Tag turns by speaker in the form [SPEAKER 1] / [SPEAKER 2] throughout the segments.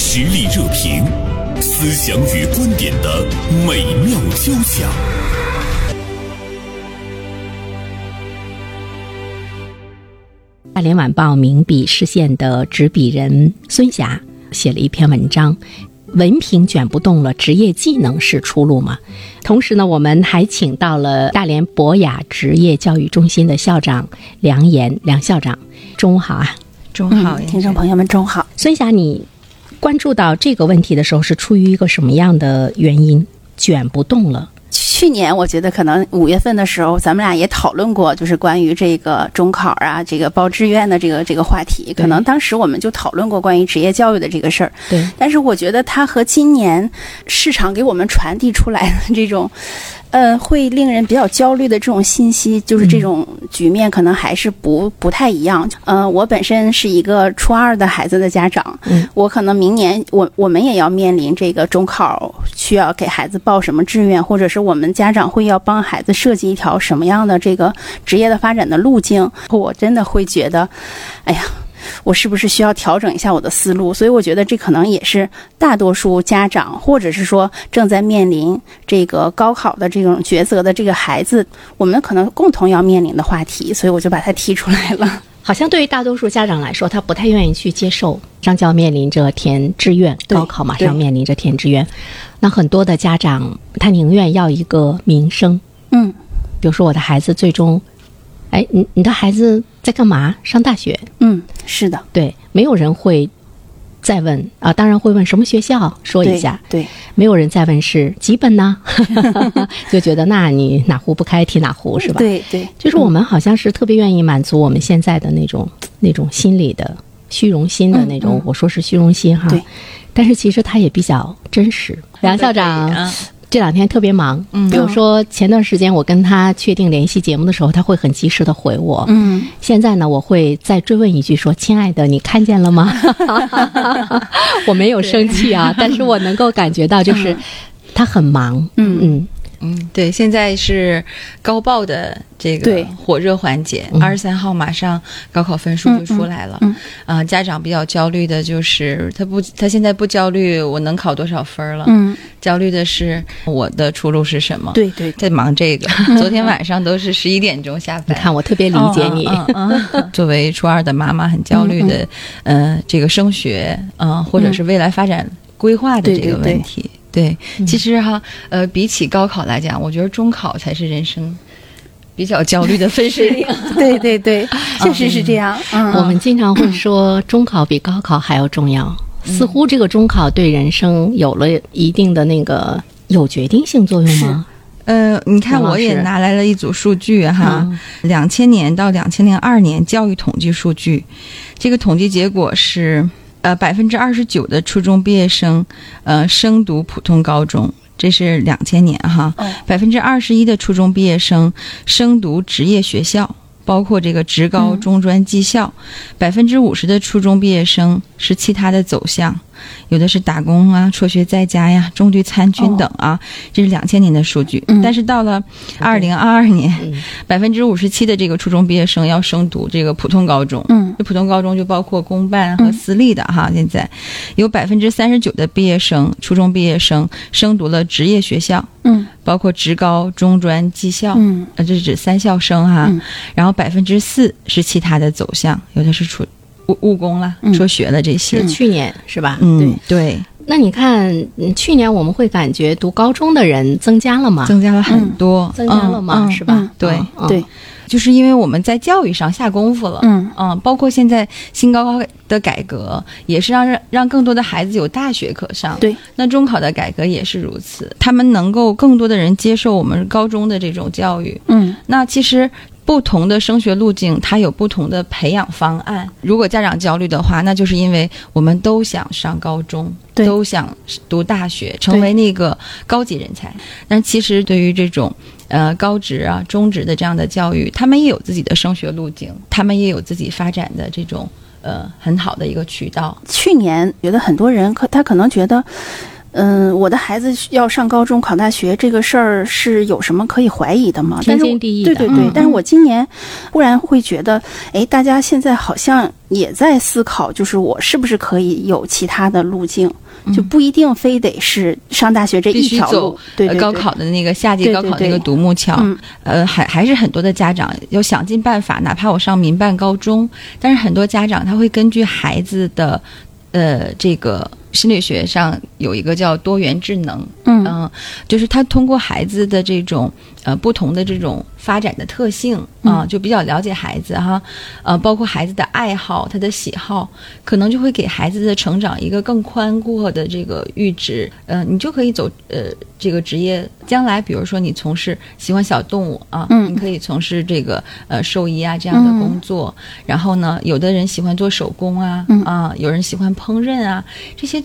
[SPEAKER 1] 实力热评，思想与观点的美妙交响。
[SPEAKER 2] 大连晚报名笔视线的执笔人孙霞写了一篇文章。文凭卷不动了，职业技能是出路吗？同时呢，我们还请到了大连博雅职业教育中心的校长梁岩梁校长。中午好啊，
[SPEAKER 3] 中
[SPEAKER 4] 嗯，
[SPEAKER 3] 好，
[SPEAKER 4] 听众朋友们中好。
[SPEAKER 2] 孙霞，你关注到这个问题的时候是出于一个什么样的原因？卷不动了，
[SPEAKER 4] 去年我觉得可能五月份的时候，咱们俩也讨论过，就是关于这个中考啊，这个报志愿的这个这个话题。可能当时我们就讨论过关于职业教育的这个事儿，
[SPEAKER 2] 对，
[SPEAKER 4] 但是我觉得它和今年市场给我们传递出来的这种，呃，会令人比较焦虑的这种信息，就是这种局面可能还是不不太一样。呃，我本身是一个初二的孩子的家长，
[SPEAKER 2] 嗯
[SPEAKER 4] 我可能明年我我们也要面临这个中考需要给孩子报什么志愿，或者是我们家长会要帮孩子设计一条什么样的这个职业的发展的路径。我真的会觉得，哎呀。我是不是需要调整一下我的思路？所以我觉得这可能也是大多数家长，或者是说正在面临这个高考的这种抉择的这个孩子，我们可能共同要面临的话题。所以我就把它提出来了。
[SPEAKER 2] 好像对于大多数家长来说，他不太愿意去接受。上教面临着填志愿，
[SPEAKER 4] 对
[SPEAKER 2] 高考马上面临着填志愿，那很多的家长他宁愿要一个名声，
[SPEAKER 4] 嗯，
[SPEAKER 2] 比如说我的孩子最终，哎，你你的孩子在干嘛？上大学？
[SPEAKER 4] 嗯，是的，
[SPEAKER 2] 对，没有人会再问啊，当然会问什么学校，说
[SPEAKER 4] 对
[SPEAKER 2] 一下，
[SPEAKER 4] 对，
[SPEAKER 2] 没有人再问是几本呢， 就觉得那你哪壶不开提哪壶是吧？，
[SPEAKER 4] 对对
[SPEAKER 2] 就是我们好像是特别愿意满足我们现在的那种那种心理的虚荣心的那种，我说是虚荣心哈
[SPEAKER 4] 嗯对，
[SPEAKER 2] 但是其实它也比较真实。梁校长，
[SPEAKER 3] 嗯
[SPEAKER 2] 这两天特别忙，
[SPEAKER 4] 嗯
[SPEAKER 2] 比如说前段时间我跟他确定联系节目的时候，他会很及时的回我。
[SPEAKER 4] 嗯，
[SPEAKER 2] 现在呢，我会再追问一句说：“亲爱的，你看见了 吗？” 我没有生气啊，但是我能够感觉到，就是他很忙。
[SPEAKER 4] 嗯
[SPEAKER 2] 嗯，
[SPEAKER 3] 嗯，对，现在是高报的这个
[SPEAKER 4] 对嗯
[SPEAKER 3] 火热环节，二十三号马上高考分数就出来了。
[SPEAKER 4] 嗯嗯
[SPEAKER 3] 啊家长比较焦虑的就是他不，他现在不焦虑我能考多少分儿了，
[SPEAKER 4] 嗯，
[SPEAKER 3] 焦虑的是我的出路是什么。，
[SPEAKER 4] 对对
[SPEAKER 3] 在忙这 个。昨天晚上都是十一点钟下
[SPEAKER 2] 你
[SPEAKER 3] 班。
[SPEAKER 2] 看，我特别理解
[SPEAKER 4] 哦
[SPEAKER 2] 你。
[SPEAKER 3] 嗯嗯嗯 作为初二的妈妈，很焦虑的，呃，这个升学，嗯，或者是未来发展规划的
[SPEAKER 4] 对
[SPEAKER 3] 这个
[SPEAKER 4] 对对
[SPEAKER 3] 问题。对，其实哈，呃，比起高考来讲，我觉得中考才是人生比较焦虑的分水岭。
[SPEAKER 4] 对对 对，确实是这样。嗯，
[SPEAKER 2] 我们经常会说中考比高考还要重要，似乎这个中考对人生有了一定的那个有决定性作用吗？
[SPEAKER 3] 呃，你看，
[SPEAKER 2] 王老
[SPEAKER 3] 我也
[SPEAKER 2] 师
[SPEAKER 3] 拿来了一组数据哈，两千年到两千零二年教育统计数据，这个统计结果是，呃，百分之二十九的初中毕业生，呃，升读普通高中，这是两千年哈
[SPEAKER 4] 哦，
[SPEAKER 3] 百分之二十一的初中毕业生升读职业学校。包括这个职高、
[SPEAKER 4] 嗯
[SPEAKER 3] 中专、技校，百分之五十的初中毕业生是其他的走向，有的是打工啊、辍学在家呀、中队参军等啊，这是两千年的数据。
[SPEAKER 4] 哦嗯
[SPEAKER 3] 但是到了二零二二年
[SPEAKER 2] 嗯，
[SPEAKER 3] 百分之五十七的这个初中毕业生要升读这个普通高中。
[SPEAKER 4] 嗯
[SPEAKER 3] 这普通高中就包括公办啊和私立的哈，现在有百分之三十九的毕业生，初中毕业生升读了职业学校，
[SPEAKER 4] 嗯
[SPEAKER 3] 包括职高、中专、技校，
[SPEAKER 4] 嗯
[SPEAKER 3] 呃，这是指三校生哈。
[SPEAKER 4] 嗯
[SPEAKER 3] 然后百分之四是其他的走向，有的是出务务工啦、
[SPEAKER 4] 嗯
[SPEAKER 3] 辍学了这些
[SPEAKER 2] 是。去年是吧？
[SPEAKER 3] 嗯，对，
[SPEAKER 2] 那你看，嗯去年我们会感觉读高中的人增加了吗？
[SPEAKER 3] 增加了很多，
[SPEAKER 2] 增加了
[SPEAKER 3] 嘛，
[SPEAKER 2] 嘛，
[SPEAKER 3] 嗯
[SPEAKER 2] 是吧
[SPEAKER 4] 嗯？
[SPEAKER 3] 对
[SPEAKER 2] 嗯，嗯
[SPEAKER 4] 对，
[SPEAKER 3] 就是因为我们在教育上下功夫了。
[SPEAKER 4] 嗯
[SPEAKER 3] 嗯，包括现在新高考的改革，也是让让让更多的孩子有大学可上。
[SPEAKER 4] 对，
[SPEAKER 3] 那中考的改革也是如此，他们能够更多的人接受我们高中的这种教育。
[SPEAKER 4] 嗯
[SPEAKER 3] 那其实不同的升学路径，它有不同的培养方案。如果家长焦虑的话，那就是因为我们都想上高中，
[SPEAKER 4] 对
[SPEAKER 3] 都想读大学，成为那个高级人才。但其实对于这种。呃，高职啊、中职的这样的教育，他们也有自己的升学路径，他们也有自己发展的这种呃很好的一个渠道。
[SPEAKER 4] 去年觉得很多人可他可能觉得，嗯，我的孩子要上高中考大学这个事儿是有什么可以怀疑的吗？
[SPEAKER 2] 天经地义
[SPEAKER 4] 但
[SPEAKER 2] 的
[SPEAKER 4] 是我对对对，
[SPEAKER 2] 嗯
[SPEAKER 4] 但是我今年忽然会觉得，哎，大家现在好像也在思考，就是我是不是可以有其他的路径，就不一定非得是上大学这
[SPEAKER 3] 嗯必
[SPEAKER 4] 一
[SPEAKER 3] 须
[SPEAKER 4] 条
[SPEAKER 3] 走
[SPEAKER 4] 路。对
[SPEAKER 3] 呃
[SPEAKER 4] 对对
[SPEAKER 3] 高考的那个夏季
[SPEAKER 4] 对
[SPEAKER 3] 高
[SPEAKER 4] 对
[SPEAKER 3] 考那
[SPEAKER 4] 对
[SPEAKER 3] 个独木桥，
[SPEAKER 4] 嗯
[SPEAKER 3] 呃，还还是很多的家长要想尽办法，哪怕我上民办高中，但是很多家长他会根据孩子的，呃，这个心理学上有一个叫多元智能，
[SPEAKER 4] 嗯
[SPEAKER 3] 嗯、就是他通过孩子的这种呃不同的这种发展的特性啊、
[SPEAKER 4] 嗯
[SPEAKER 3] 就比较了解孩子哈，呃，包括孩子的爱好、他的喜好，可能就会给孩子的成长一个更宽阔的这个阈值。呃，你就可以走呃这个职业，将来比如说你从事喜欢小动物啊，
[SPEAKER 4] 嗯
[SPEAKER 3] 你可以从事这个呃兽医啊这样的工作。然后呢，有的人喜欢做手工啊，
[SPEAKER 4] 嗯
[SPEAKER 3] 啊，有人喜欢烹饪啊，这些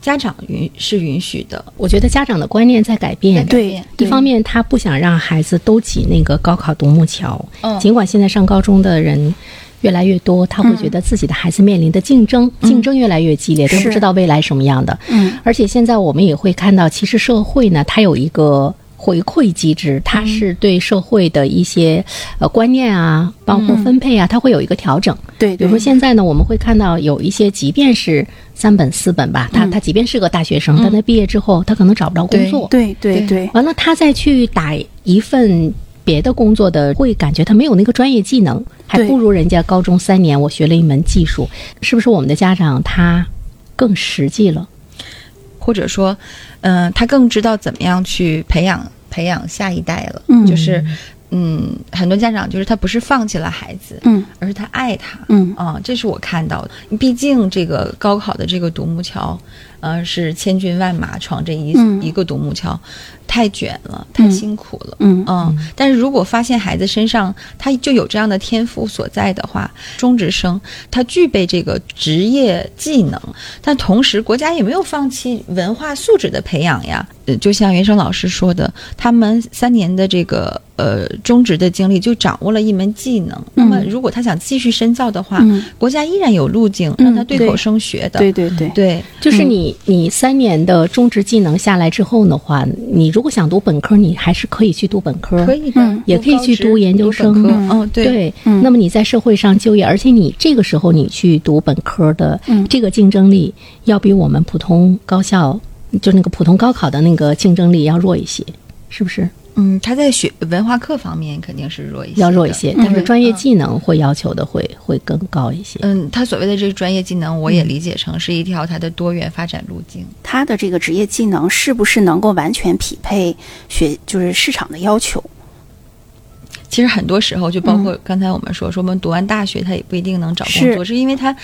[SPEAKER 3] 家长允是允许的。
[SPEAKER 2] 我觉得家长的观念在改变。
[SPEAKER 4] 对，
[SPEAKER 2] 一
[SPEAKER 4] 对
[SPEAKER 2] 方面，他不想让孩子都挤那个高考独木桥。
[SPEAKER 3] 嗯
[SPEAKER 2] 尽管现在上高中的人越来越多，他会觉得自己的孩子面临的竞争，竞争越来越激烈，他不
[SPEAKER 4] 是
[SPEAKER 2] 知道未来什么样的。
[SPEAKER 4] 嗯
[SPEAKER 2] 而且现在我们也会看到，其实社会呢，它有一个。回馈机制，它是
[SPEAKER 4] 嗯
[SPEAKER 2] 对社会的一些呃观念啊，包括分配啊，它会有一个调整。
[SPEAKER 4] 嗯对
[SPEAKER 2] 比如说
[SPEAKER 4] 对
[SPEAKER 2] 现在呢，我们会看到有一些，即便是三本四本吧，
[SPEAKER 4] 嗯
[SPEAKER 2] 他他即便是个大学生，但他毕业之后，他可能找不着工作，
[SPEAKER 4] 对对对
[SPEAKER 2] 完了他再去打一份别的工作的，会感觉他没有那个专业技能，还
[SPEAKER 4] 对
[SPEAKER 2] 不如人家高中三年我学了一门技术，是不是我们的家长他更实际了？
[SPEAKER 3] 或者说，嗯、他更知道怎么样去培养培养下一代了。
[SPEAKER 4] 嗯
[SPEAKER 3] 就是，嗯，很多家长就是他不是放弃了孩子，
[SPEAKER 4] 嗯
[SPEAKER 3] 而是他爱他。
[SPEAKER 4] 嗯
[SPEAKER 3] 啊、这是我看到的。毕竟这个高考的这个独木桥，呃，是千军万马闯这一、
[SPEAKER 4] 嗯
[SPEAKER 3] 一个独木桥，太卷了，太
[SPEAKER 4] 嗯
[SPEAKER 3] 辛苦了。
[SPEAKER 4] 嗯
[SPEAKER 3] 嗯，但是如果发现孩子身上他就有这样的天赋所在的话，中职生他具备这个职业技能，但同时国家也没有放弃文化素质的培养呀。呃，就像袁生老师说的，他们三年的这个呃中职的经历就掌握了一门技能。
[SPEAKER 2] 嗯
[SPEAKER 3] 那么如果他想继续深造的话，
[SPEAKER 4] 嗯，
[SPEAKER 3] 国家依然有路径
[SPEAKER 4] 嗯
[SPEAKER 3] 让他对口
[SPEAKER 4] 对
[SPEAKER 3] 升学的。
[SPEAKER 4] 对对对，
[SPEAKER 3] 对
[SPEAKER 2] 就是你，你三年的中职技能下来之后的话，你如果想读本科，你还是可以去读本科，
[SPEAKER 3] 可以的，
[SPEAKER 4] 嗯
[SPEAKER 2] 也可以去读研究生
[SPEAKER 3] 读本科
[SPEAKER 4] 嗯
[SPEAKER 3] 嗯，对。
[SPEAKER 4] 嗯
[SPEAKER 2] 那么你在社会上就业，而且你这个时候你去读本科的，
[SPEAKER 4] 嗯
[SPEAKER 2] 这个竞争力要比我们普通高校就那个普通高考的那个竞争力要弱一些，是不是？
[SPEAKER 3] 嗯，他在学文化课方面肯定是弱一些，
[SPEAKER 2] 要弱一。些，但是
[SPEAKER 3] 嗯
[SPEAKER 2] 专业技能会要求的会、会更高一些。
[SPEAKER 3] 嗯，他所谓的这个专业技能，我也理解成是一条他的多元发展路径。
[SPEAKER 4] 他的这个职业技能是不是能够完全匹配学就是市场的要求？
[SPEAKER 3] 其实很多时候，就包
[SPEAKER 2] 嗯
[SPEAKER 3] 括刚才我们说，说我们读完大学，他也不一定能找工作，是因为他，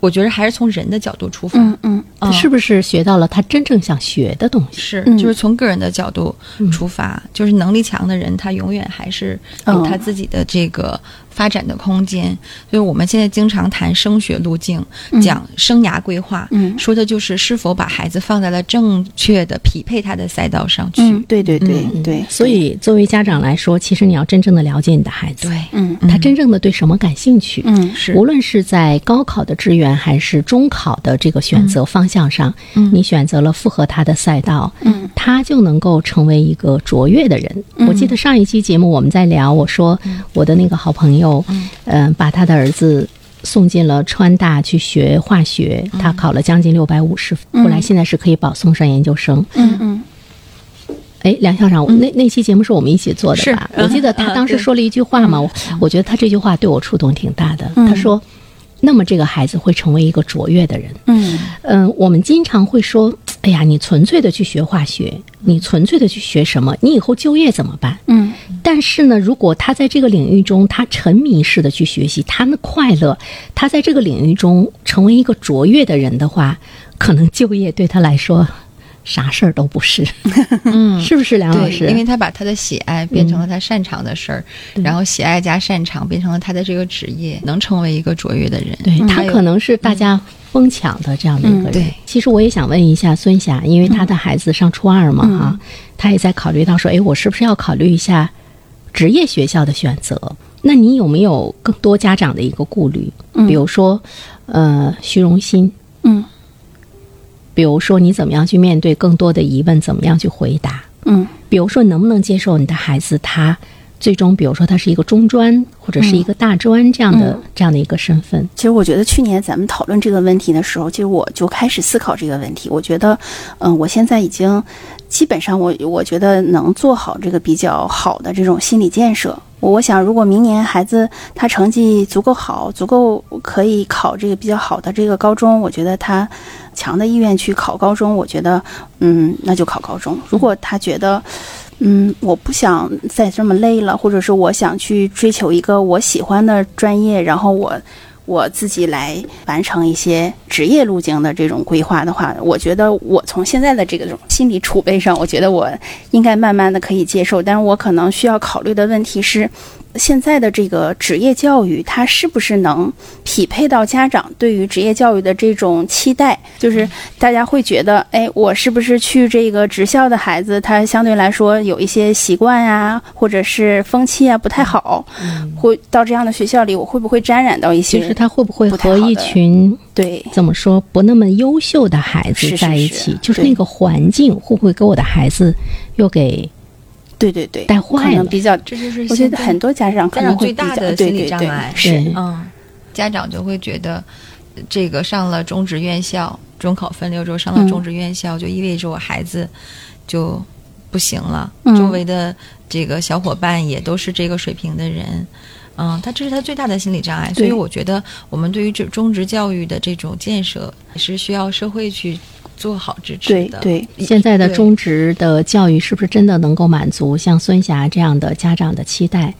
[SPEAKER 3] 我觉得还是从人的角度出发，
[SPEAKER 4] 嗯
[SPEAKER 3] 呃
[SPEAKER 2] 他是不是学到了他真正想学的东西？
[SPEAKER 3] 是，
[SPEAKER 4] 嗯
[SPEAKER 3] 就是从个人的角度出发，
[SPEAKER 2] 嗯
[SPEAKER 3] 就是能力强的人，他永远还是有
[SPEAKER 4] 嗯
[SPEAKER 3] 他自己的这个发展的空间。所以我们现在经常谈升学路径，
[SPEAKER 2] 嗯
[SPEAKER 3] 讲生涯规划，
[SPEAKER 4] 嗯
[SPEAKER 3] 说的就是是否把孩子放在了正确的匹配他的赛道上去。
[SPEAKER 4] 嗯，对对对
[SPEAKER 3] 嗯
[SPEAKER 4] 对，
[SPEAKER 2] 所以作为家长来说，其实你要真正的了解你的孩子，
[SPEAKER 3] 对，
[SPEAKER 4] 嗯
[SPEAKER 2] 他真正的对什么感兴趣。
[SPEAKER 4] 嗯
[SPEAKER 3] 是
[SPEAKER 2] 无论是在高考的志愿还是中考的这个
[SPEAKER 4] 嗯
[SPEAKER 2] 选择方向上，你选择了符合他的赛道，
[SPEAKER 4] 嗯
[SPEAKER 2] 他就能够成为一个卓越的人。我记得上一期节目我们在聊，我说我的那个好朋友，嗯、把他的儿子。送进了川大去学化学，他考了将近六百五十分，后来现在是可以保送上研究生。
[SPEAKER 4] 嗯嗯
[SPEAKER 2] 哎，梁校长，我那那期节目是我们一起做的吧？我记得他当时说了一句话嘛，我我觉得他这句话对我触动挺大的。他说：“那么这个孩子会成为一个卓越的人。
[SPEAKER 4] 嗯”
[SPEAKER 2] 嗯，我们经常会说：“哎呀，你纯粹的去学化学，你纯粹的去学什么？你以后就业怎么办？”
[SPEAKER 4] 嗯
[SPEAKER 2] 但是呢，如果他在这个领域中，他沉迷式的去学习，他的快乐，他在这个领域中成为一个卓越的人的话，可能就业对他来说啥事儿都不 是，嗯，是不是梁老
[SPEAKER 3] 对，
[SPEAKER 2] 师？
[SPEAKER 3] 因为他把他的喜爱变成了他擅长的事儿，
[SPEAKER 4] 嗯
[SPEAKER 3] 然后喜爱加擅长变成了他的这个职业，能成为一个卓越的人。
[SPEAKER 2] 对他
[SPEAKER 3] 嗯还有
[SPEAKER 2] 可能是大家疯抢的这样的一个人。
[SPEAKER 3] 嗯对嗯
[SPEAKER 2] 其实我也想问一下孙霞，因为她的孩子上初二嘛，哈、她也在考虑到说，哎，我是不是要考虑一下职业学校的选择？那你有没有更多家长
[SPEAKER 3] 嗯
[SPEAKER 2] 的一个顾虑？比如说，呃，虚荣心，
[SPEAKER 4] 嗯，
[SPEAKER 2] 比如说你怎么样去面对更多的疑问，怎么样去回答，
[SPEAKER 4] 嗯
[SPEAKER 2] 比如说能不能接受你的孩子他最终，比如说他是一个中专或者
[SPEAKER 3] 嗯
[SPEAKER 2] 是一个大专这样的、这样的一个身份，
[SPEAKER 4] 其实我觉得去年咱们讨论这个问题的时候，其实我就开始思考这个问题。我觉得，嗯、我现在已经基本上我我觉得能做好这个比较好的这种心理建设。我想，如果明年孩子他成绩足够好，足够可以考这个比较好的这个高中，我觉得他强的意愿去考高中，我觉得，嗯，那就考高中。如果他觉得，嗯，我不想再这么累了，或者是我想去追求一个我喜欢的专业，然后我我自己来完成一些职业路径的这种规划的话，我觉得我从现在的这个种心理储备上，我觉得我应该慢慢的可以接受，但是我可能需要考虑的问题是，现在的这个职业教育它是不是能匹配到家长对于职业教育的这种期待？就是大家会觉得，哎，我是不是去这个职校的孩子，他相对来说有一些习惯呀、或者是风气啊不太好，会到这样的学校里，我会不会沾染到一些？
[SPEAKER 2] 其实他会不会
[SPEAKER 4] 不太
[SPEAKER 2] 和
[SPEAKER 4] 好
[SPEAKER 2] 一
[SPEAKER 4] 的
[SPEAKER 2] 群
[SPEAKER 4] 对，
[SPEAKER 2] 怎么说不那么优秀的孩子
[SPEAKER 4] 是是
[SPEAKER 2] 在一起，
[SPEAKER 4] 是
[SPEAKER 2] 就是
[SPEAKER 4] 对
[SPEAKER 2] 那个环境会不会给我的孩子又给
[SPEAKER 4] 对对对，
[SPEAKER 2] 带
[SPEAKER 4] 可
[SPEAKER 2] 坏
[SPEAKER 4] 能
[SPEAKER 2] 了？
[SPEAKER 4] 比较，
[SPEAKER 3] 这就是
[SPEAKER 4] 我觉得很多家长可
[SPEAKER 3] 家
[SPEAKER 4] 能
[SPEAKER 3] 长
[SPEAKER 4] 会
[SPEAKER 3] 最
[SPEAKER 4] 比较
[SPEAKER 3] 大的
[SPEAKER 4] 对
[SPEAKER 3] 心理
[SPEAKER 4] 对
[SPEAKER 3] 障
[SPEAKER 4] 对
[SPEAKER 3] 碍，
[SPEAKER 4] 是
[SPEAKER 2] 对
[SPEAKER 3] 嗯，家长就会觉得呃这个上了中职院校，中考分流之后上了
[SPEAKER 4] 嗯
[SPEAKER 3] 中职院校，就意味着我孩子就不行了，
[SPEAKER 4] 嗯
[SPEAKER 3] 周围的这个小伙伴也都是这个水平的人。嗯，他这是他最大的心理障碍，所以
[SPEAKER 4] 对
[SPEAKER 3] 我觉得我们对于这中职教育的这种建设也是需要社会去做好支持
[SPEAKER 4] 对
[SPEAKER 3] 的。
[SPEAKER 4] 对，
[SPEAKER 2] 现在的
[SPEAKER 3] 对
[SPEAKER 2] 中职的教育是不是真的能够满足像孙霞这样的家长的期待，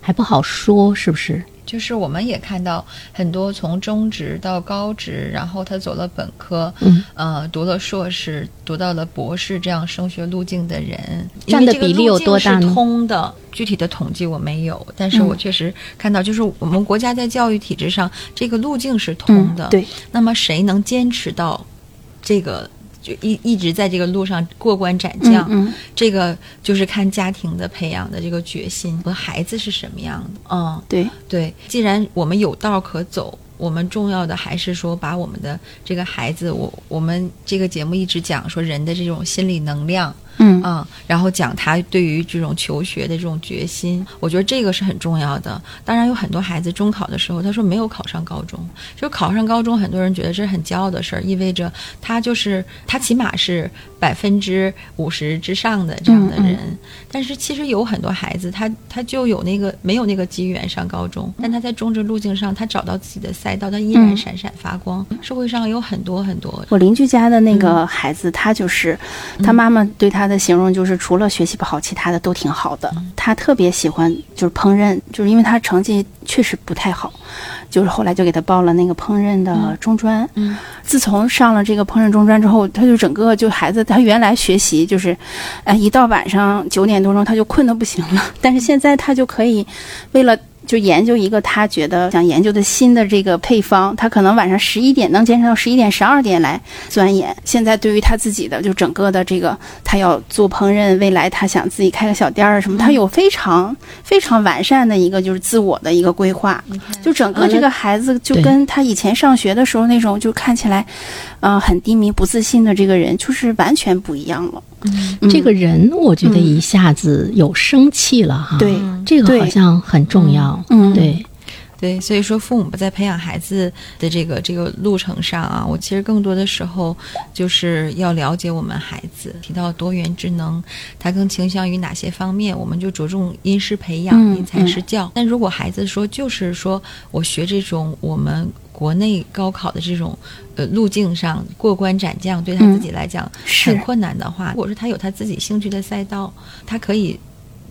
[SPEAKER 2] 还不好说，是不是？
[SPEAKER 3] 就是我们也看到很多从中职到高职，然后他走了本科，
[SPEAKER 2] 嗯，
[SPEAKER 3] 呃，读了硕士，读到了博士这样升学路径的人，
[SPEAKER 2] 占的
[SPEAKER 3] 因为这个
[SPEAKER 2] 比例有多大呢嗯
[SPEAKER 3] 路径是通的，具体的统计我没有，但是我确实看到，就是我们国家在教育体制上这个路径是通
[SPEAKER 4] 嗯
[SPEAKER 3] 的。，
[SPEAKER 4] 对，
[SPEAKER 3] 那么谁能坚持到这个？就一一直在这个路上过关斩
[SPEAKER 4] 嗯
[SPEAKER 3] 将，
[SPEAKER 4] 嗯
[SPEAKER 3] 这个就是看家庭的培养的这个决心和孩子是什么样的。
[SPEAKER 2] 哦
[SPEAKER 3] 嗯，
[SPEAKER 4] 对，
[SPEAKER 3] 对，既然我们有道可走，我们重要的还是说把我们的这个孩子，我我们这个节目一直讲说人的这种心理能量
[SPEAKER 4] 嗯
[SPEAKER 3] 啊、然后讲他对于这种求学的这种决心，我觉得这个是很重要的。当然，有很多孩子中考的时候，他说没有考上高中，就考上高中，很多人觉得这是很骄傲的事儿，意味着他就是他起码是百分之五十之上的这样的
[SPEAKER 4] 嗯
[SPEAKER 3] 人。但是其实有很多孩子，他他就有那个没有那个机缘上高中，但他在中职路径上，他找到自己的赛道，他依然
[SPEAKER 4] 嗯
[SPEAKER 3] 闪闪发光。社会上有很多很多，
[SPEAKER 4] 我邻居家的那个孩子，他就是
[SPEAKER 3] 嗯
[SPEAKER 4] 他妈妈对他的形容就是，除了学习不好，其他的都挺好的。
[SPEAKER 3] 嗯
[SPEAKER 4] 他特别喜欢就是烹饪，就是因为他成绩确实不太好，就是后来就给他报了那个烹饪的中专。
[SPEAKER 3] 嗯，
[SPEAKER 4] 自从上了这个烹饪中专之后，他就整个就孩子他原来学习就是，哎，一到晚上九点多钟他就困得不行了，但是现在他就可以为了。就研究一个他觉得想研究的新的这个配方，他可能晚上十一点能坚持到十一点、十二点来钻研。现在对于他自己的就整个的这个，他要做烹饪，未来他想自己开个小店儿啊什么，他有非常非常完善的一个就是自我的一个规划。就整个这个孩子就
[SPEAKER 2] 嗯对
[SPEAKER 4] 跟他以前上学的时候那种就看起来，呃，很低迷、不自信的这个人，就是完全不一样了。嗯
[SPEAKER 2] 这个人我觉得一下子有生气了哈，
[SPEAKER 4] 对，
[SPEAKER 2] 这个
[SPEAKER 4] 对
[SPEAKER 2] 好像很重要，
[SPEAKER 4] 嗯，
[SPEAKER 2] 对，
[SPEAKER 3] 对，所以说父母在培养孩子的这个这个路程上啊，我其实更多的时候就是要了解我们孩子。提到多元智能，他更倾向于哪些方面，我们就着重因师培养，
[SPEAKER 4] 嗯
[SPEAKER 3] 因材施教。但如果孩子说就是说我学这种我们国内高考的这种呃路径上过关斩将，对他自己来讲很
[SPEAKER 4] 嗯是，
[SPEAKER 3] 困难的话，如果说他有他自己兴趣的赛道，他可以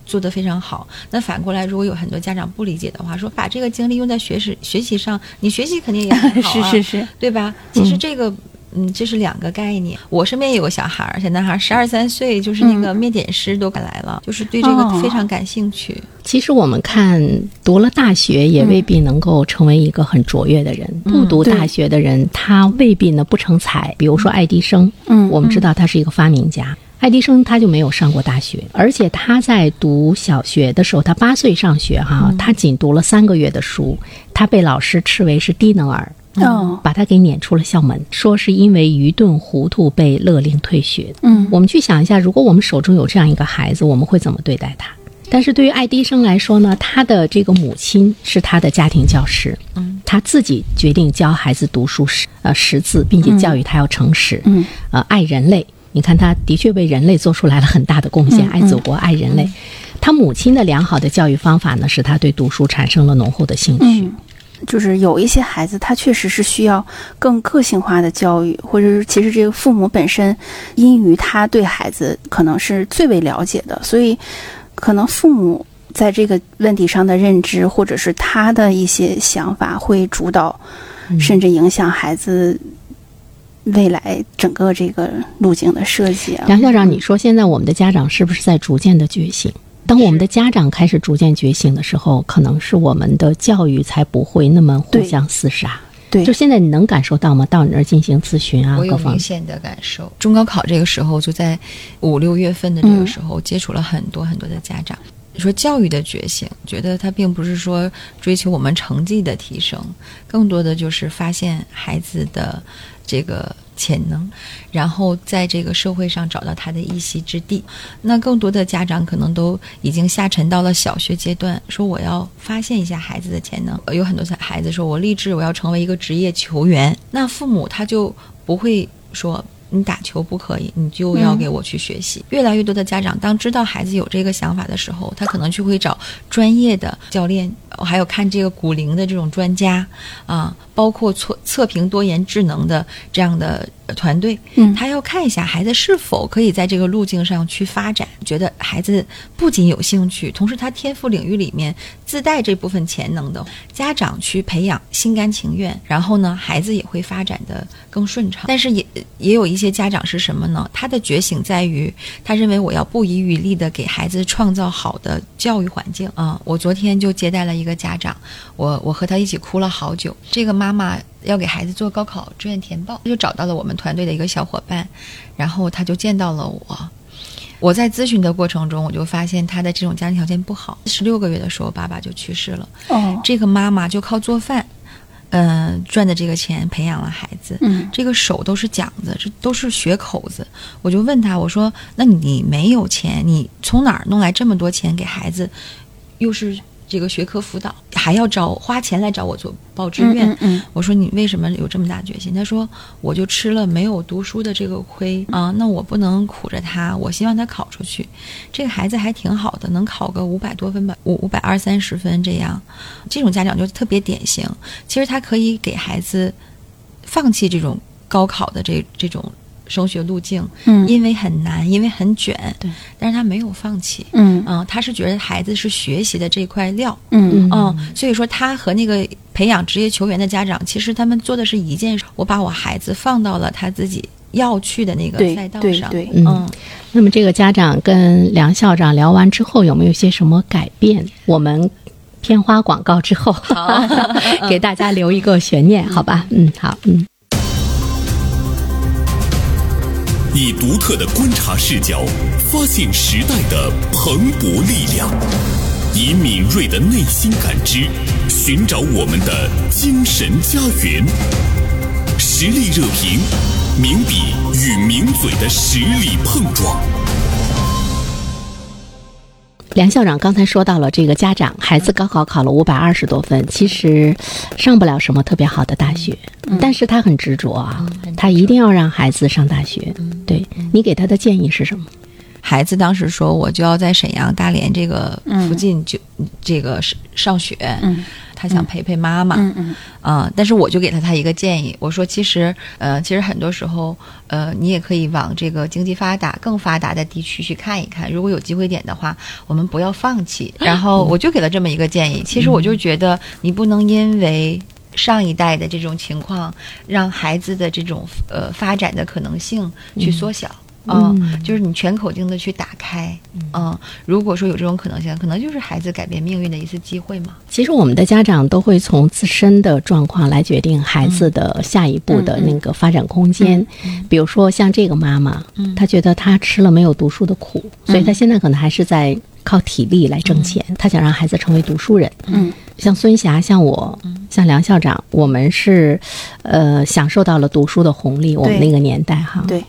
[SPEAKER 3] 做得非常好。那反过来，如果有很多家长不理解的话，说把这个精力用在学习学习上，你学习肯定也很好
[SPEAKER 4] 是
[SPEAKER 3] 啊，
[SPEAKER 4] 是是，
[SPEAKER 3] 对吧？其实这个。嗯这是两个概念。我身边也有个小孩儿，小男孩儿，十二三岁，就是那个面点师都赶来了，就是对这个
[SPEAKER 4] 嗯哦
[SPEAKER 3] 非常感兴趣。
[SPEAKER 2] 其实我们看，读了大学也未必能够成为一个很卓越的人。
[SPEAKER 4] 嗯
[SPEAKER 2] 不读大学的人，他未必呢不成才。比如说爱迪生，
[SPEAKER 4] 嗯
[SPEAKER 2] 我们知道他是一个发明家。爱迪生他就没有上过大学，而且他在读小学的时候，他
[SPEAKER 4] 嗯
[SPEAKER 2] 八岁上学哈、他仅读了三个月的书，他被老师斥为是低能儿。
[SPEAKER 4] 哦，
[SPEAKER 2] 把他给撵出了校门，说是因为愚钝糊涂被勒令退学。
[SPEAKER 4] 嗯，
[SPEAKER 2] 我们去想一下，如果我们手中有这样一个孩子，我们会怎么对待他？但是对于爱迪生来说呢，他的这个母亲是他的家庭教师，
[SPEAKER 3] 嗯，
[SPEAKER 2] 他自己决定教孩子读书识呃识字，并且教育他要诚实，
[SPEAKER 4] 嗯，
[SPEAKER 2] 呃爱人类。你看，他的确为人类做出来了很大的贡献，爱祖国，爱人类。他母亲的良好的教育方法呢，使他对读书产生了浓厚的兴
[SPEAKER 4] 嗯
[SPEAKER 2] 趣。
[SPEAKER 4] 就是有一些孩子，他确实是需要更个性化的教育，或者是其实这个父母本身因于他对孩子可能是最为了解的，所以可能父母在这个问题上的认知，或者是他的一些想法，会主导
[SPEAKER 2] 嗯
[SPEAKER 4] 甚至影响孩子未来整个这个路径的设计啊。
[SPEAKER 2] 梁校长，你说现在我们的家长是不是在逐渐的觉醒？当我们的家长开始逐渐觉醒的时候，可能是我们的教育才不会那么互
[SPEAKER 4] 对
[SPEAKER 2] 相厮杀。
[SPEAKER 4] 对
[SPEAKER 2] 就现在你能感受到吗？到你那儿进行咨询啊
[SPEAKER 3] 我，有
[SPEAKER 2] 各方
[SPEAKER 3] 明
[SPEAKER 2] 面。
[SPEAKER 3] 显的感受。中高考这个时候，就在五六月份的这
[SPEAKER 2] 嗯
[SPEAKER 3] 个时候，接触了很多很多的家长。你说教育的觉醒，觉得它并不是说追求我们成绩的提升，更多的就是发现孩子的这个潜能，然后在这个社会上找到他的一席之地。那更多的家长可能都已经下沉到了小学阶段，说我要发现一下孩子的潜能。呃有很多孩子说我立志我要成为一个职业球员，那父母他就不会说。你打球不可以，你就要给我去学习。越来越多的家长，当知道孩子有这个想法的时候，他可能就会找专业的教练，还有看这个骨龄的这种专家啊，包括测测评多元智能的这样的呃团队，
[SPEAKER 4] 嗯
[SPEAKER 3] 他要看一下孩子是否可以在这个路径上去发展。觉得孩子不仅有兴趣，同时他天赋领域里面自带这部分潜能的，家长去培养，心甘情愿，然后呢，孩子也会发展的更顺畅。但是也也有一些家长是什么呢？他的觉醒在于，他认为我要不遗余力的给孩子创造好的教育环境啊、我昨天就接待了一个家长，我我和他一起哭了好久。这个妈妈要给孩子做高考志愿填报，就找到了我们团队的一个小伙伴，然后他就见到了我。我在咨询的过程中，我就发现他的这种家庭条件不好。十六个月的时候，爸爸就去世了。
[SPEAKER 4] 哦，
[SPEAKER 3] 这个妈妈就靠做饭，嗯、赚的这个钱培养了孩子。
[SPEAKER 4] 嗯
[SPEAKER 3] 这个手都是茧子，这都是血口子。我就问他，我说：“那你没有钱，你从哪儿弄来这么多钱给孩子？又是这个学科辅导，还要找花钱来找我做报志愿？”
[SPEAKER 4] 嗯嗯
[SPEAKER 3] 我说你为什么有这么大决心？他说我就吃了没有读书的这个亏啊，那我不能苦着他，我希望他考出去。这个孩子还挺好的，能考个五百多分吧，五五百二三十分这样。这种家长就特别典型。其实他可以给孩子放弃这种高考的这这种升学路径，
[SPEAKER 4] 嗯嗯
[SPEAKER 3] 因为很难，因为很卷。
[SPEAKER 2] 对，
[SPEAKER 3] 但是他没有放弃。
[SPEAKER 4] 嗯
[SPEAKER 3] 嗯，他是觉得孩子是学习的这块料，
[SPEAKER 4] 嗯
[SPEAKER 3] 嗯，所以说他和那个培养职业球员的家长，其实他们做的是一件事，我把我孩子放到了他自己要去的那个
[SPEAKER 4] 对
[SPEAKER 3] 赛道
[SPEAKER 4] 对
[SPEAKER 3] 上。
[SPEAKER 4] 对，
[SPEAKER 3] 嗯，
[SPEAKER 2] 那么这个家长跟梁校长聊完之后，有没有些什么改变？我们片花广告之后， 给大家留一个悬念，好吧？嗯，好，嗯。
[SPEAKER 1] 以独特的观察视角，发现时代的蓬勃力量；以敏锐的内心感知，寻找我们的精神家园。实力热评，名笔与名嘴的实力碰撞。
[SPEAKER 2] 梁校长刚才说到了这个家长，孩子高考考了五百二十多分，其实上不了什么特别好的大学，但是他嗯很执着嗯啊，他一定要让孩子上大学。对你给他的建议是什么？
[SPEAKER 3] 孩子当时说，我就要在沈阳、大连这个附近就、这个上上学，
[SPEAKER 4] 嗯
[SPEAKER 3] 他想陪陪妈妈。
[SPEAKER 4] 嗯嗯
[SPEAKER 3] 啊、但是我就给了他一个建议，我说其实，呃，其实很多时候，呃，你也可以往这个经济发达、更发达的地区去看一看。如果有机会点的话，我们不要放弃。然后我就给了这么一个建议。其实我就觉得，你不能因为上一代的这种情况，让孩子的这种呃发展的可能性去缩小。嗯，就是你全口径的去打开，嗯，如果说有这种可能性，可能就是孩子改变命运的一次机会嘛。
[SPEAKER 2] 其实我们的家长都会从自身的状况来决定孩子的下一步的那个发展空间。比如说像这个妈妈，她觉得她吃了没有读书的苦，嗯所以她现在可能还是在靠体力来挣钱，她想让孩子成为读书人。
[SPEAKER 4] 嗯
[SPEAKER 2] 像孙霞，像我，像梁校长，我们是，呃，享受到了读书的红利。我们那个年代哈，
[SPEAKER 4] 对。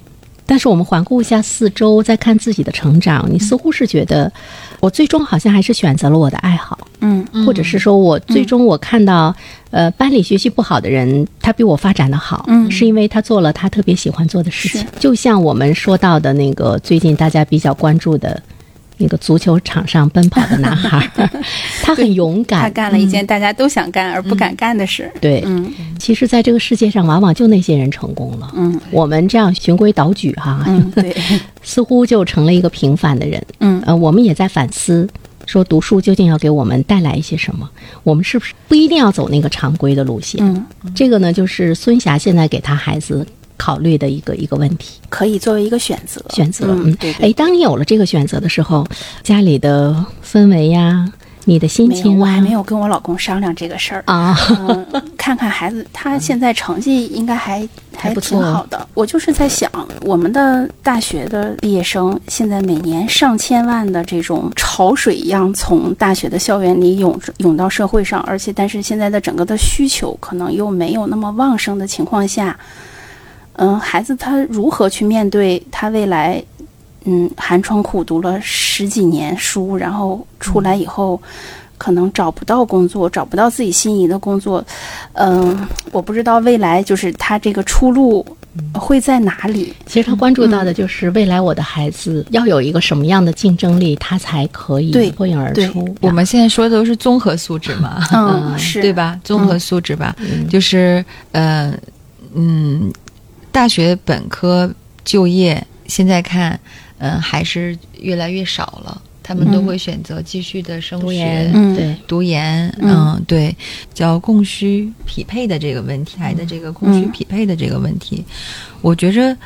[SPEAKER 2] 但是我们环顾一下四周，再看自己的成长，
[SPEAKER 4] 嗯
[SPEAKER 2] 你似乎是觉得，我最终好像还是选择了我的爱好，
[SPEAKER 4] 嗯，
[SPEAKER 2] 或者是说我最终我看到，呃，班里学习不好的人，他比我发展的好，
[SPEAKER 4] 嗯
[SPEAKER 2] 是因为他做了他特别喜欢做的事情
[SPEAKER 4] 是。
[SPEAKER 2] 就像我们说到的那个最近大家比较关注的。那个足球场上奔跑的男孩 儿，他很勇
[SPEAKER 4] 他
[SPEAKER 2] 敢，
[SPEAKER 4] 干了一件大家都想干而不敢干的事。
[SPEAKER 2] 对，
[SPEAKER 4] 嗯
[SPEAKER 2] 其实，在这个世界上，往往就那些人成功了。
[SPEAKER 4] 嗯
[SPEAKER 2] 我们这样循规蹈矩哈、
[SPEAKER 4] 嗯，对，
[SPEAKER 2] 似乎就成了一个平凡的人。
[SPEAKER 4] 嗯
[SPEAKER 2] 呃，我们也在反思，说读书究竟要给我们带来一些什么？我们是不是不一定要走那个常规的路线？
[SPEAKER 4] 嗯，
[SPEAKER 2] 这个呢，就是孙霞现在给她孩子考虑的一个一个问题。
[SPEAKER 4] 可以作为一个选择，
[SPEAKER 2] 选择。
[SPEAKER 4] 嗯，对对
[SPEAKER 2] 哎，当你有了这个选择的时候，家里的氛围呀，你的心
[SPEAKER 4] 没有，
[SPEAKER 2] 情
[SPEAKER 4] 我
[SPEAKER 2] 啊，
[SPEAKER 4] 还没有跟我老公商量这个事儿。
[SPEAKER 2] 啊，
[SPEAKER 4] 嗯，看看孩子，他现在成绩应该还
[SPEAKER 2] 还不错
[SPEAKER 4] 挺好的。我就是在想，我们的大学的毕业生现在每年上千万的这种潮水一样从大学的校园里涌涌到社会上，而且但是现在的整个的需求可能又没有那么旺盛的情况下，嗯，孩子他如何去面对他未来？嗯，寒窗苦读了十几年书，然后出来以后，可能找不到工作，找不到自己心仪的工作，嗯，我不知道未来就是他这个出路会在哪里。
[SPEAKER 2] 其实他关注到的就是未来我的孩子要有一个什么样的竞争力，他才可以
[SPEAKER 4] 对
[SPEAKER 2] 脱颖而
[SPEAKER 4] 对
[SPEAKER 2] 出。
[SPEAKER 3] 我们现在说的都是综合素质嘛，
[SPEAKER 4] 嗯，是
[SPEAKER 3] 对？吧？综合素质吧，
[SPEAKER 2] 嗯
[SPEAKER 3] 就是呃嗯，大学本科就业现在看，嗯、还是越来越少了，他们都
[SPEAKER 4] 嗯
[SPEAKER 3] 会选择继续的升
[SPEAKER 2] 读
[SPEAKER 3] 学
[SPEAKER 2] 研，。
[SPEAKER 4] 嗯
[SPEAKER 2] 对，
[SPEAKER 3] 读研，
[SPEAKER 4] 嗯
[SPEAKER 3] 嗯，对，叫供需匹配的这个问题，孩的这个供需
[SPEAKER 4] 嗯
[SPEAKER 3] 匹配的这个问题，我觉着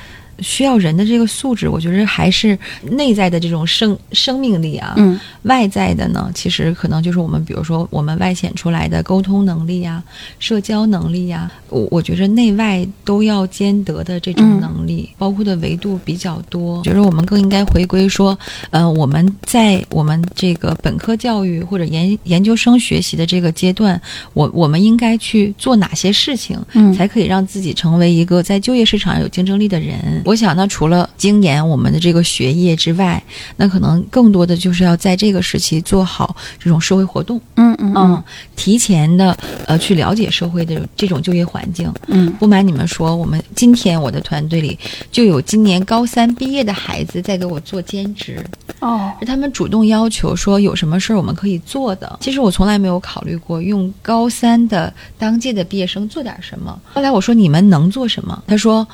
[SPEAKER 3] 需要人的这个素质，我觉着还是内在的这种生生命力啊，
[SPEAKER 4] 嗯
[SPEAKER 3] 外在的呢，其实可能就是我们，比如说我们外显出来的沟通能力呀、社交能力呀，我我觉着内外都要兼得的这种
[SPEAKER 4] 嗯
[SPEAKER 3] 能力，包括的维度比较多。觉着我们更应该回归说，呃，我们在我们这个本科教育或者研研究生学习的这个阶段，我我们应该去做哪些事情，
[SPEAKER 4] 嗯
[SPEAKER 3] 才可以让自己成为一个在就业市场有竞争力的人。我想呢，除了精研我们的这个学业之外，那可能更多的就是要在这个时期做好这种社会活动，
[SPEAKER 4] 嗯嗯嗯
[SPEAKER 3] 提前的呃去了解社会的这种就业环境。
[SPEAKER 4] 嗯
[SPEAKER 3] 不瞒你们说，我们今天我的团队里就有今年高三毕业的孩子在给我做兼职，
[SPEAKER 4] 哦，
[SPEAKER 3] 是他们主动要求说有什么事儿我们可以做的。其实我从来没有考虑过用高三的当届的毕业生做点什么。后来我说你们能做什么？他说。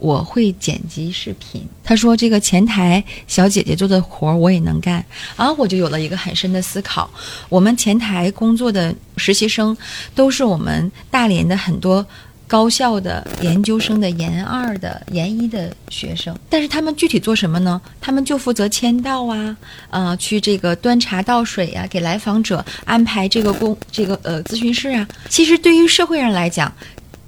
[SPEAKER 3] 我会剪辑视频，他说这个前台小姐姐做的活儿我也能干啊，我就有了一个很深的思考。我们前台工作的实习生都是我们大连的很多高校的研究生的研二的、研一的学生，但是他们具体做什么呢？他们就负责签到啊，啊，去这个端茶倒水啊，给来访者安排这个公这个呃咨询室啊。其实对于社会上来讲。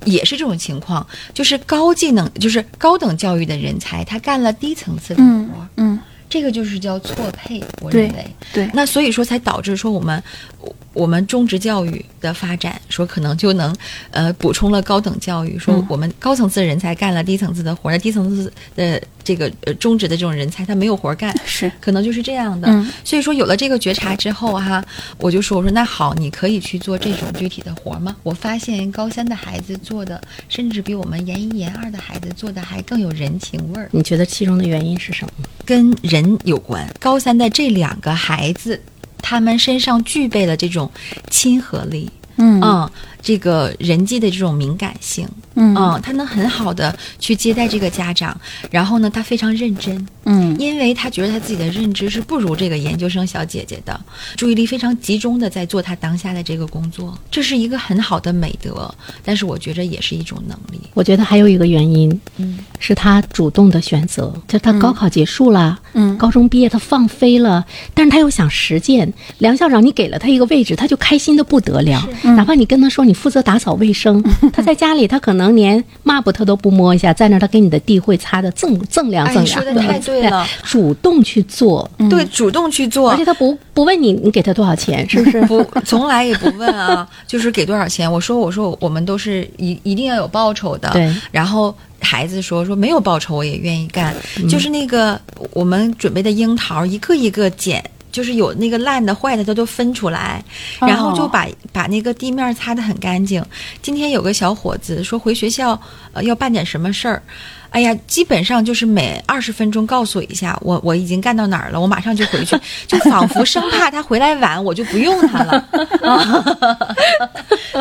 [SPEAKER 3] 也是这种情况，就是高技能，就是高等教育的人才，他干了低层次的活
[SPEAKER 4] 嗯
[SPEAKER 3] 儿，
[SPEAKER 4] 嗯，
[SPEAKER 3] 这个就是叫错配，我
[SPEAKER 4] 对
[SPEAKER 3] 认为。
[SPEAKER 4] 对
[SPEAKER 3] 那所以说才导致说我们我我们中职教育的发展，说可能就能呃补充了高等教育，说
[SPEAKER 4] 嗯
[SPEAKER 3] 我们高层次的人才干了低层次的活儿，那低层次的这个呃中职的这种人才他没有活儿干，
[SPEAKER 4] 是，
[SPEAKER 3] 可能就是这样的。
[SPEAKER 4] 嗯
[SPEAKER 3] 所以说有了这个觉察之后哈、我就说我说那好，你可以去做这种具体的活儿吗？我发现高三的孩子做的，甚至比我们研一研二的孩子做的还更有人情味儿。
[SPEAKER 2] 你觉得其中的原因是什么？
[SPEAKER 3] 跟人有关。高三的这两个孩子，他们身上具备了这种亲和力，
[SPEAKER 4] 嗯
[SPEAKER 3] 嗯，这个人际的这种敏感性，
[SPEAKER 4] 嗯
[SPEAKER 3] 嗯，他能很好的去接待这个家长，然后呢，他非常认真，
[SPEAKER 4] 嗯
[SPEAKER 3] 因为他觉得他自己的认知是不如这个研究生小姐姐的，注意力非常集中的在做他当下的这个工作，这是一个很好的美德，但是我觉着也是一种能力，
[SPEAKER 2] 我觉得还有一个原因
[SPEAKER 3] 嗯
[SPEAKER 2] 是他主动的选择，就是他高考结束了，
[SPEAKER 4] 嗯
[SPEAKER 2] 高中毕业他放飞了，但是他又想实践。梁校长，你给了他一个位置，他就开心的不得了。哪怕你跟他说你负责打扫卫生，
[SPEAKER 3] 嗯
[SPEAKER 2] 他在家里他可能连抹布他都不摸一下，在那儿他给你的地会擦的锃锃亮
[SPEAKER 3] 哎
[SPEAKER 2] 锃
[SPEAKER 3] 你说
[SPEAKER 2] 亮
[SPEAKER 3] 得太对了，
[SPEAKER 2] 主动去做，
[SPEAKER 4] 嗯
[SPEAKER 3] 对，主动去做，
[SPEAKER 2] 而且他不不问你你给他多少钱，是不是？
[SPEAKER 3] 不，从来也不问啊，就是给多少钱。我说，我说，我们都是一一定要有报酬的。
[SPEAKER 2] 对。
[SPEAKER 3] 然后孩子说说没有报酬我也愿意干，就是那个我们准备的樱桃一个一个捡。就是有那个烂的、坏的，它都分出来，然后就
[SPEAKER 4] 哦
[SPEAKER 3] 把、把那个地面擦得很干净。今天有个小伙子说回学校，呃，要办点什么事儿，哎呀，基本上就是每二十分钟告诉我一下，我我已经干到哪儿了，我马上就回去，就仿佛生怕他回来晚，我就不用他了。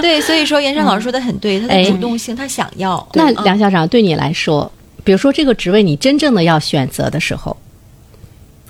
[SPEAKER 3] 对，所以说严山老师说的很对，他
[SPEAKER 2] 哎
[SPEAKER 3] 的主动性，他想要。
[SPEAKER 2] 那
[SPEAKER 3] 嗯
[SPEAKER 2] 梁校长对你来说，比如说这个职位你真正的要选择的时候，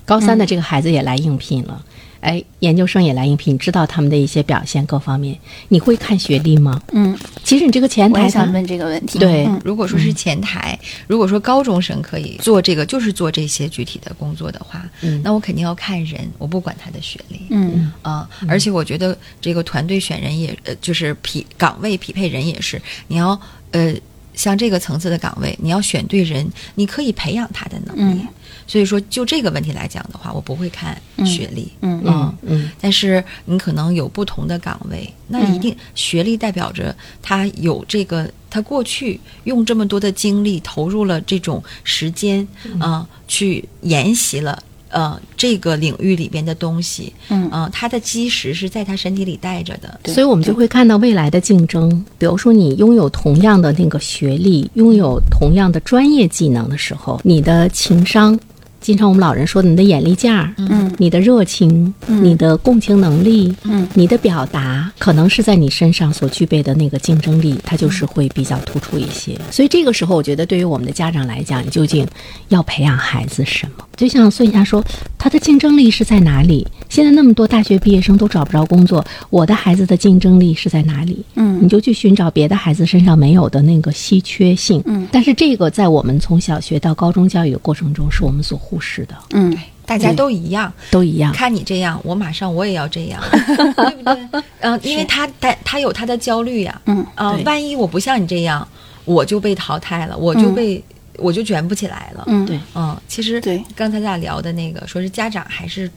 [SPEAKER 2] 高三的
[SPEAKER 4] 嗯
[SPEAKER 2] 这个孩子也来应聘了，哎，研究生也来应聘，你知道他们的一些表现各方面，你会看学历吗？
[SPEAKER 4] 嗯，
[SPEAKER 2] 其实你这个前
[SPEAKER 4] 我也
[SPEAKER 2] 台
[SPEAKER 4] 想
[SPEAKER 2] 上，
[SPEAKER 4] 问这个问题。
[SPEAKER 2] 对
[SPEAKER 4] 嗯
[SPEAKER 3] 如果说是前台，如果说高中生可以做这个，就是做这些具体的工作的话，
[SPEAKER 2] 嗯
[SPEAKER 3] 那我肯定要看人，我不管他的学历。
[SPEAKER 4] 嗯
[SPEAKER 3] 啊、而且我觉得这个团队选人也，呃，就是匹岗位匹配人也是，你要呃，像这个层次的岗位，你要选对人，你可以培养他的能力。
[SPEAKER 4] 嗯
[SPEAKER 3] 所以说，就这个问题来讲的话，我不会看学历，啊
[SPEAKER 4] 嗯嗯
[SPEAKER 2] 嗯嗯，
[SPEAKER 3] 但是你可能有不同的岗位，那一定、学历代表着他有这个，他过去用这么多的精力投入了这种时间，
[SPEAKER 4] 嗯
[SPEAKER 3] 啊、去研习了。呃，这个领域里边的东西，
[SPEAKER 4] 嗯
[SPEAKER 3] 呃，它的基石是在他身体里带着的，
[SPEAKER 4] 对
[SPEAKER 2] 所以我们就会看到未来的竞争。比如说，你拥有同样的那个学历，拥有同样的专业技能的时候，你的情商，经常我们老人说的，你的眼力劲儿，
[SPEAKER 4] 嗯
[SPEAKER 2] 你的热情，你的共情能力，
[SPEAKER 4] 嗯，
[SPEAKER 2] 你的表达，可能是在你身上所具备的那个竞争力，它就是会比较突出一些。所以这个时候，我觉得对于我们的家长来讲，你究竟要培养孩子什么？就像孙霞说，他的竞争力是在哪里？现在那么多大学毕业生都找不着工作，我的孩子的竞争力是在哪里？你
[SPEAKER 4] 嗯
[SPEAKER 2] 就去寻找别的孩子身上没有的那个稀缺性。嗯，但是这个在我们从小学到高中教育的过程中，是我们所忽视的，
[SPEAKER 4] 嗯，
[SPEAKER 3] 大家
[SPEAKER 2] 对
[SPEAKER 3] 都一样，
[SPEAKER 2] 都一样。
[SPEAKER 3] 看你这样，我马上我也要这 样，对不对？嗯、因为他他他有他的焦虑呀、
[SPEAKER 4] 嗯
[SPEAKER 3] 啊、
[SPEAKER 2] 对
[SPEAKER 3] 万一我不像你这样，我就被淘汰了，我就被、我就卷不起来了。
[SPEAKER 4] 嗯
[SPEAKER 2] 对
[SPEAKER 3] 嗯，其实
[SPEAKER 4] 对
[SPEAKER 3] 刚才咱俩聊的那个，说是家长还是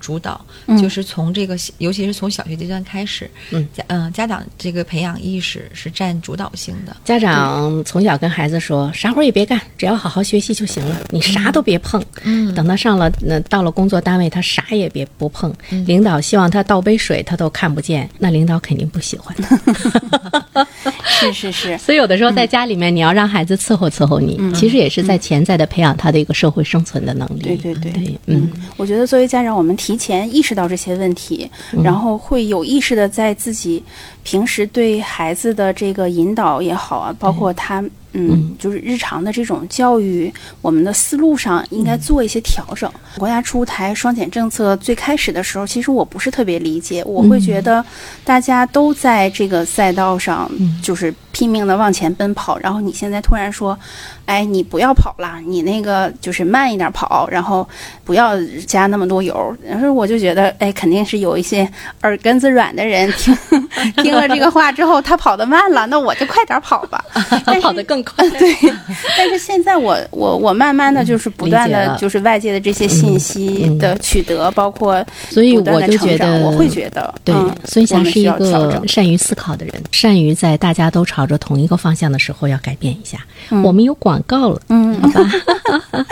[SPEAKER 3] 主导，
[SPEAKER 4] 嗯
[SPEAKER 3] 就是从这个，尤其是从小学阶段开始，
[SPEAKER 2] 嗯
[SPEAKER 3] 家嗯、家长这个培养意识是占主导性的。
[SPEAKER 2] 家长从小跟孩子说，啥活儿也别干，只要好好学习就行
[SPEAKER 4] 嗯
[SPEAKER 2] 了，你啥都别碰。嗯，等他上了那到了工作单位，他啥也别不碰。
[SPEAKER 4] 嗯
[SPEAKER 2] 领导希望他倒杯水，他都看不见，那领导肯定不喜 欢。
[SPEAKER 4] 是是是，
[SPEAKER 2] 所以有的时候在家里面，你要让孩子伺候伺候你，
[SPEAKER 4] 嗯
[SPEAKER 2] 其实也是在潜在的培养他的一个社会生存的能力。
[SPEAKER 4] 对对对
[SPEAKER 2] 对，嗯，
[SPEAKER 4] 我觉得作为家长，我们提前意识到这些问题，然后会有意识的在自己平时对孩子的这个引导也好啊，包括他嗯，就是日常的这种教育，我们的思路上应该做一些调整。国家出台双减政策最开始的时候，其实我不是特别理解，我会觉得大家都在这个赛道上，就是拼命的往前奔跑，然后你现在突然说，哎，你不要跑啦，你那个就是慢一点跑，然后不要加那么多油。然后我就觉得，哎，肯定是有一些耳根子软的人听听了这个话之后，他跑得慢了，那我就快点跑吧。但
[SPEAKER 2] 跑
[SPEAKER 4] 是
[SPEAKER 2] 得更快。
[SPEAKER 4] 对， 但是现在我我我慢慢的就是不
[SPEAKER 2] 嗯
[SPEAKER 4] 断
[SPEAKER 2] 理解
[SPEAKER 4] 的
[SPEAKER 2] 了
[SPEAKER 4] 就是外界的这些信息
[SPEAKER 2] 嗯嗯
[SPEAKER 4] 的取得，包括
[SPEAKER 2] 所以
[SPEAKER 4] 不断
[SPEAKER 2] 我
[SPEAKER 4] 地
[SPEAKER 2] 就
[SPEAKER 4] 成
[SPEAKER 2] 觉
[SPEAKER 4] 长
[SPEAKER 2] 得
[SPEAKER 4] 我会觉得
[SPEAKER 2] 对
[SPEAKER 4] 嗯，
[SPEAKER 2] 孙
[SPEAKER 4] 我
[SPEAKER 2] 霞
[SPEAKER 4] 们
[SPEAKER 2] 是
[SPEAKER 4] 需
[SPEAKER 2] 一
[SPEAKER 4] 要调
[SPEAKER 2] 个
[SPEAKER 4] 整
[SPEAKER 2] 善于思考的人，善于在大家都朝着同一个方向的时候要改变一下。我们有广告了，
[SPEAKER 4] 嗯，
[SPEAKER 2] 好吧？